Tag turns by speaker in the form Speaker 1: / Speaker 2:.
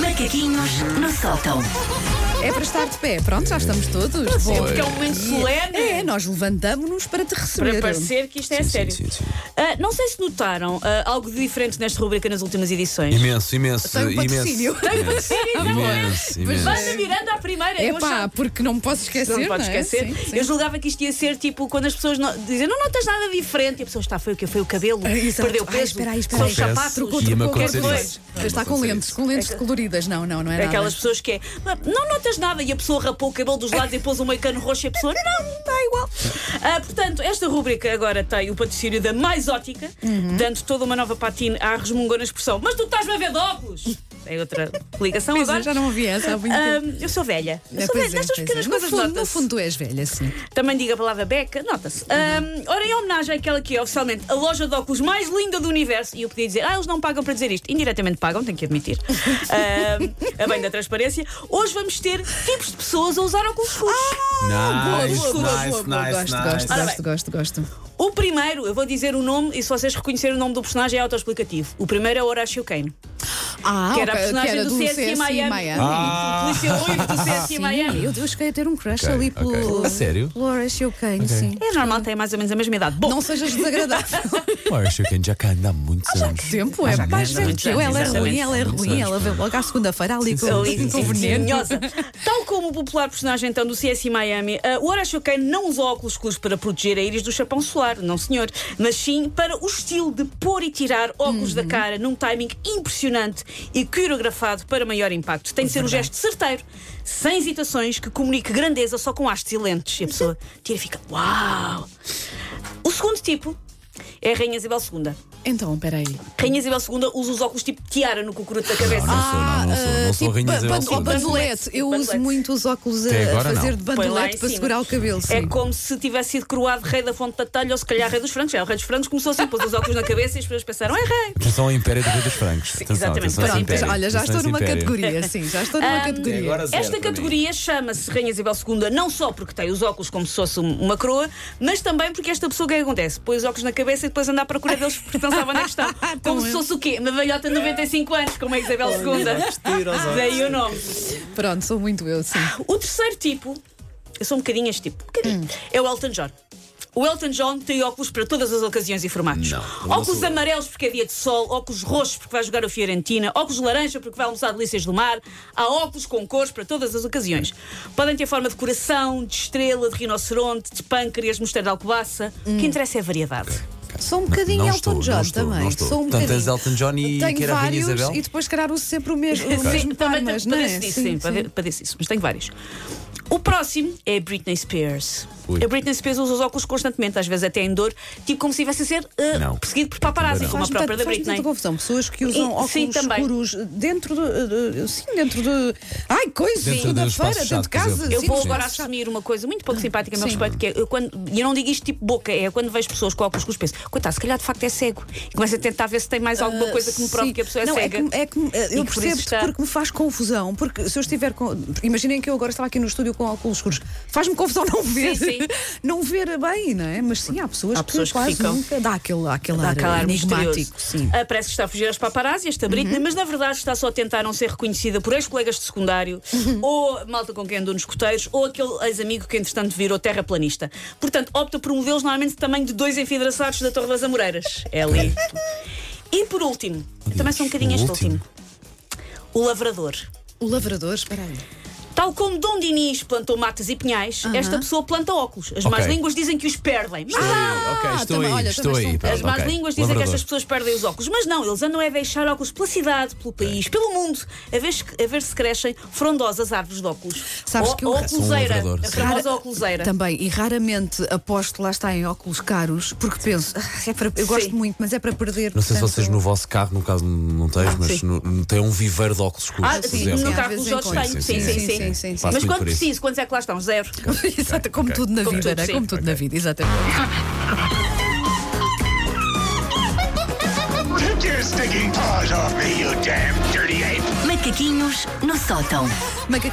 Speaker 1: Macaquinhos no sótão.
Speaker 2: É para estar de pé. Pronto, já estamos todos.
Speaker 3: Sim,
Speaker 2: Boa.
Speaker 3: porque é um momento solene.
Speaker 2: É, nós levantamos-nos para te
Speaker 3: Para
Speaker 2: receber.
Speaker 3: parecer que isto é
Speaker 4: Sim,
Speaker 3: sério.
Speaker 4: sim, sim, sim.
Speaker 3: Ah, não sei se notaram ah, algo de diferente nesta rubrica nas últimas edições.
Speaker 4: Imenso, imenso,
Speaker 2: Tem um
Speaker 4: imenso.
Speaker 2: patrocínio.
Speaker 3: Tenho que dizer, é?
Speaker 4: Imenso, é. imenso.
Speaker 3: Vanda Miranda à primeira.
Speaker 2: É
Speaker 3: eu
Speaker 2: pá,
Speaker 3: achava-
Speaker 2: porque não posso esquecer.
Speaker 3: Não pode
Speaker 2: é?
Speaker 3: esquecer.
Speaker 2: Sim, sim.
Speaker 3: Eu julgava que isto ia ser tipo quando as pessoas no- dizem não notas nada diferente e a pessoa está, foi o que? Foi o cabelo,
Speaker 2: Ah, exato.
Speaker 3: perdeu
Speaker 2: Ai,
Speaker 3: peso,
Speaker 2: espera aí, espera
Speaker 3: são
Speaker 2: aí.
Speaker 3: os sapatos.
Speaker 2: Trocou,
Speaker 4: Ia-me
Speaker 2: trocou,
Speaker 4: acontecer
Speaker 2: trocou.
Speaker 4: isso. Ia-me
Speaker 2: Está com
Speaker 4: acontecer
Speaker 2: lentes,
Speaker 4: isso.
Speaker 2: com lentes coloridas. Não, não, não é
Speaker 3: É
Speaker 2: nada.
Speaker 3: aquelas pessoas que é, "Mas não notas nada e a pessoa rapou o cabelo dos lados e pôs um meio cano roxo e a pessoa, não, está igual. Ah, portanto, esta rubrica agora tem o patrocínio da Mais Ótica,
Speaker 2: Uhum.
Speaker 3: dando toda uma nova patina à resmungona expressão, mas tu estás-me a ver de óculos! É outra ligação
Speaker 2: Pois é,
Speaker 3: agora.
Speaker 2: já não ouvi essa há muito
Speaker 3: Ah,
Speaker 2: tempo.
Speaker 3: eu sou velha. Eu
Speaker 2: É,
Speaker 3: sou
Speaker 2: pois
Speaker 3: velha.
Speaker 2: é,
Speaker 3: Nestas
Speaker 2: pois é.
Speaker 3: pequenas
Speaker 2: No
Speaker 3: coisas
Speaker 2: fundo-
Speaker 3: notas.
Speaker 2: No fundo, tu és velha, sim.
Speaker 3: Também digo a palavra beca, nota-se. Ahm, ora, em homenagem àquela que é oficialmente a loja de óculos mais linda do universo, e eu podia dizer, ah, eles não pagam para dizer isto. Indiretamente pagam, tenho que admitir. Ahm, a bem da transparência. Hoje vamos ter tipos de pessoas a usar óculos escuros.
Speaker 4: Nice,
Speaker 3: Ah, boa, boa,
Speaker 4: nice, nice,
Speaker 2: Gosto, gosto,
Speaker 4: nice.
Speaker 3: Ora
Speaker 2: gosto, gosto, gosto.
Speaker 3: O primeiro, eu vou dizer o nome, e se vocês reconhecerem o nome do personagem é autoexplicativo. O primeiro é Horatio Kane,
Speaker 2: Ah,
Speaker 3: que era a
Speaker 2: ok,
Speaker 3: personagem
Speaker 2: que era
Speaker 3: do, CSI Miami. Ah,
Speaker 4: Ah.
Speaker 3: O polícia ruivo do CSI
Speaker 2: Sim,
Speaker 3: Miami.
Speaker 2: eu, eu cheguei a ter um crush
Speaker 4: Ok,
Speaker 2: ali
Speaker 4: ok.
Speaker 2: pelo.
Speaker 4: A sério?
Speaker 2: Pelo Horatio Kane, sim.
Speaker 3: É normal, tem mais ou menos a mesma idade. Bom,
Speaker 2: Não sejas desagradável.
Speaker 4: Olha, acho que já cá anda há muitos anos.
Speaker 2: Tempo é mais
Speaker 3: já,
Speaker 2: velho
Speaker 3: já,
Speaker 2: que eu. Ela é
Speaker 3: exatamente.
Speaker 2: ruim, ela é
Speaker 4: Muitos
Speaker 2: ruim.
Speaker 4: anos,
Speaker 2: Ela
Speaker 4: pá.
Speaker 2: veio logo à segunda-feira ali com
Speaker 3: Sim,
Speaker 2: com
Speaker 3: sim, sim, sim,
Speaker 2: veneno.
Speaker 3: Tinhosa. Tal como o popular personagem então do CSI Miami, ah, o Horatio Kane não usa óculos escuros para proteger a íris do chapão solar, não senhor, mas sim para o estilo de pôr e tirar óculos da cara num timing impressionante e coreografado para maior impacto. Tem de ser um gesto certeiro, sem hesitações, que comunique grandeza só com hastes e lentes. E a pessoa tira e fica, uau! O segundo tipo é a Rainha Isabel II.
Speaker 2: Então, peraí.
Speaker 3: Rainha Isabel II usa os óculos tipo tiara no cocuruto da cabeça.
Speaker 4: Não sou,
Speaker 2: Ah,
Speaker 4: não, não sou, não sou rainha
Speaker 2: ba-
Speaker 4: Isabel
Speaker 2: bandu- tipo,
Speaker 4: II.
Speaker 2: oh, bandolete. Eu uso
Speaker 3: Bandolete.
Speaker 2: muito os óculos a,
Speaker 4: Até
Speaker 2: a
Speaker 4: agora,
Speaker 2: fazer
Speaker 4: não.
Speaker 2: de
Speaker 3: Põe lá em
Speaker 2: bandolete para
Speaker 3: cima.
Speaker 2: segurar o cabelo. Sim.
Speaker 3: É como se tivesse sido coroado rei da fonte da telha ou se calhar rei dos francos. É, o rei dos francos começou assim, pôs os óculos na cabeça e as pessoas pensaram, é rei.
Speaker 4: Atenção ao Império do Rei dos Francos. Atenção,
Speaker 3: exatamente.
Speaker 4: atenção a esse
Speaker 2: Pronto,
Speaker 4: império.
Speaker 2: olha, já
Speaker 4: Atenção a
Speaker 2: estou
Speaker 4: esse
Speaker 2: numa
Speaker 4: império.
Speaker 2: categoria, sim, já estou
Speaker 3: Ah,
Speaker 2: numa categoria.
Speaker 4: Agora zero
Speaker 3: Esta
Speaker 4: para mim.
Speaker 3: categoria chama-se Rainha Isabel II não só porque tem os óculos como se fosse um- uma coroa, mas também porque esta pessoa o que é que acontece? Põe os óculos na cabeça e depois anda à procura deles porque não sabe onde é que estão. Como se fosse o quê? Uma velhota de 95 anos, como é Isabel II. Daí o nome.
Speaker 2: Pronto, sou muito eu, sim.
Speaker 4: Ah,
Speaker 3: O terceiro tipo, eu sou um bocadinho este tipo, um bocadinho, é o Elton John. O Elton John tem óculos para todas as ocasiões e formatos.
Speaker 4: Não, eu não
Speaker 3: óculos
Speaker 4: sou.
Speaker 3: amarelos porque é dia de sol, óculos roxos porque vai jogar o Fiorentina, óculos laranja porque vai almoçar delícias do mar. Há óculos com cores para todas as ocasiões. Podem ter forma de coração, de estrela, de rinoceronte, de pâncreas, mostarda de alcobaça. O que interessa é a variedade.
Speaker 2: Sou um
Speaker 4: Não-
Speaker 2: bocadinho
Speaker 4: não
Speaker 2: Elton
Speaker 4: estou,
Speaker 2: John
Speaker 4: não estou,
Speaker 2: também.
Speaker 4: não estou.
Speaker 2: Sou um
Speaker 4: Portanto,
Speaker 2: bocadinho.
Speaker 4: tens Elton John e
Speaker 2: Tenho
Speaker 4: que era a Rainha
Speaker 2: vários
Speaker 4: Isabel?
Speaker 2: e depois, calhar, uso sempre o mesmo. o mesmo par,
Speaker 3: também
Speaker 2: mas não é?
Speaker 3: padece disso, sim, pade- padece disso, mas tenho vários. O próximo é Britney Spears.
Speaker 4: Ui.
Speaker 3: A Britney Spears usa os óculos constantemente, às vezes até em dor, tipo como se estivesse a ser ah,
Speaker 4: Não.
Speaker 3: perseguido por paparazzi,
Speaker 4: Não.
Speaker 3: como a
Speaker 2: Faz-me
Speaker 3: própria
Speaker 2: tanta-
Speaker 3: da
Speaker 2: faz-me tanta
Speaker 3: Britney.
Speaker 2: confusão. Pessoas que usam óculos
Speaker 3: sim, também.
Speaker 2: escuros dentro de, de- Sim, dentro de. Ai, coisa,
Speaker 4: Dentro
Speaker 2: da
Speaker 4: do espaço
Speaker 2: feira, dentro de
Speaker 4: fechado, por
Speaker 2: casa.
Speaker 4: exemplo.
Speaker 3: Eu
Speaker 2: sim,
Speaker 3: vou
Speaker 2: no
Speaker 3: agora
Speaker 2: espaço fechado.
Speaker 3: assumir uma coisa muito pouco simpática a meu
Speaker 2: Ah, Sim.
Speaker 3: respeito, que é eu quando, e eu não digo isto tipo boca, é quando vejo pessoas com óculos escuros, penso, coitado, se calhar de facto é cego. E começo a tentar ver se tem mais alguma coisa que me prove
Speaker 2: Ah, Sim.
Speaker 3: que a pessoa é
Speaker 2: não,
Speaker 3: cega.
Speaker 2: É que, é que, eh,
Speaker 3: E
Speaker 2: eu
Speaker 3: que por isso
Speaker 2: percebo
Speaker 3: está-
Speaker 2: porque me faz confusão. Porque se eu estiver com. Imaginem que eu agora estava aqui no estúdio com óculos escuros. Faz-me confusão não ver.
Speaker 3: sim.
Speaker 2: não ver bem, não é? Mas sim, há pessoas,
Speaker 3: Há pessoas
Speaker 2: que
Speaker 3: que
Speaker 2: quase
Speaker 3: ficam-
Speaker 2: nunca dá aquele, dá aquele
Speaker 3: Dá
Speaker 2: ar
Speaker 3: aquele ar misterioso.
Speaker 2: enigmático. Sim.
Speaker 3: Ah, parece que está a fugir aos paparazzi, esta Britney, mas na verdade está só a tentar não ser reconhecida por ex-colegas de secundário, ou malta com quem andou nos coteiros, ou aquele ex-amigo que entretanto virou terraplanista. Portanto, opta por modelos normalmente de tamanho de dois enfidraçados da Torre das Amoreiras. É ali. e por último, eu também sou um bocadinho
Speaker 4: O
Speaker 3: este
Speaker 4: último.
Speaker 3: último. O lavrador.
Speaker 2: O lavrador, espera aí.
Speaker 3: Tal como Dom Dinis plantou matas e pinhais, esta pessoa planta óculos. As más
Speaker 4: Ok.
Speaker 3: línguas dizem que os perdem. Mas
Speaker 4: Ok, estou
Speaker 2: Ah, também-
Speaker 4: aí,
Speaker 2: olha,
Speaker 4: estou
Speaker 2: também
Speaker 4: aí.
Speaker 2: são-
Speaker 4: Pronto,
Speaker 3: As más
Speaker 4: ok.
Speaker 3: línguas dizem que
Speaker 4: Lavrador.
Speaker 3: estas pessoas perdem os óculos, mas não, eles andam é a deixar óculos pela cidade, pelo país, pelo mundo, a ver, se- a ver se crescem frondosas árvores de óculos.
Speaker 2: Sabes
Speaker 3: Ó-
Speaker 2: que eu-
Speaker 3: ó
Speaker 4: Sou um
Speaker 3: óculoseira,
Speaker 4: lavrador,
Speaker 3: a
Speaker 4: sim.
Speaker 3: famosa óculoseira.
Speaker 2: Também, e raramente aposto lá está em óculos caros, porque penso, "Ah, é para, eu gosto
Speaker 3: Sim.
Speaker 2: muito, mas é para perder.
Speaker 4: Não sei se
Speaker 2: portanto-
Speaker 4: vocês no vosso carro, no caso não tens, mas
Speaker 3: sim.
Speaker 4: no- no- tem um viveiro de óculos escuros,
Speaker 3: Ah,
Speaker 4: por
Speaker 3: sim,
Speaker 4: exemplo.
Speaker 3: no
Speaker 2: Às
Speaker 3: carro
Speaker 2: vezes
Speaker 3: dos outros
Speaker 2: encontro.
Speaker 3: tenho, sim,
Speaker 4: Sim,
Speaker 3: sim.
Speaker 4: sim,
Speaker 2: sim,
Speaker 3: sim,
Speaker 2: sim, sim.
Speaker 4: Faço
Speaker 3: Mas
Speaker 4: muito
Speaker 3: quando
Speaker 4: por isso.
Speaker 3: preciso, quantos é que lá estão? Zero.
Speaker 2: Exato, como
Speaker 4: ok.
Speaker 2: tudo na
Speaker 3: Como
Speaker 2: vida,
Speaker 3: tudo,
Speaker 2: não é?
Speaker 3: sim.
Speaker 2: Como tudo na vida, exatamente.
Speaker 5: Take your stinking paws off me, you damn dirty ape!
Speaker 1: Macaquinhos no sótão.
Speaker 2: Macaquinhos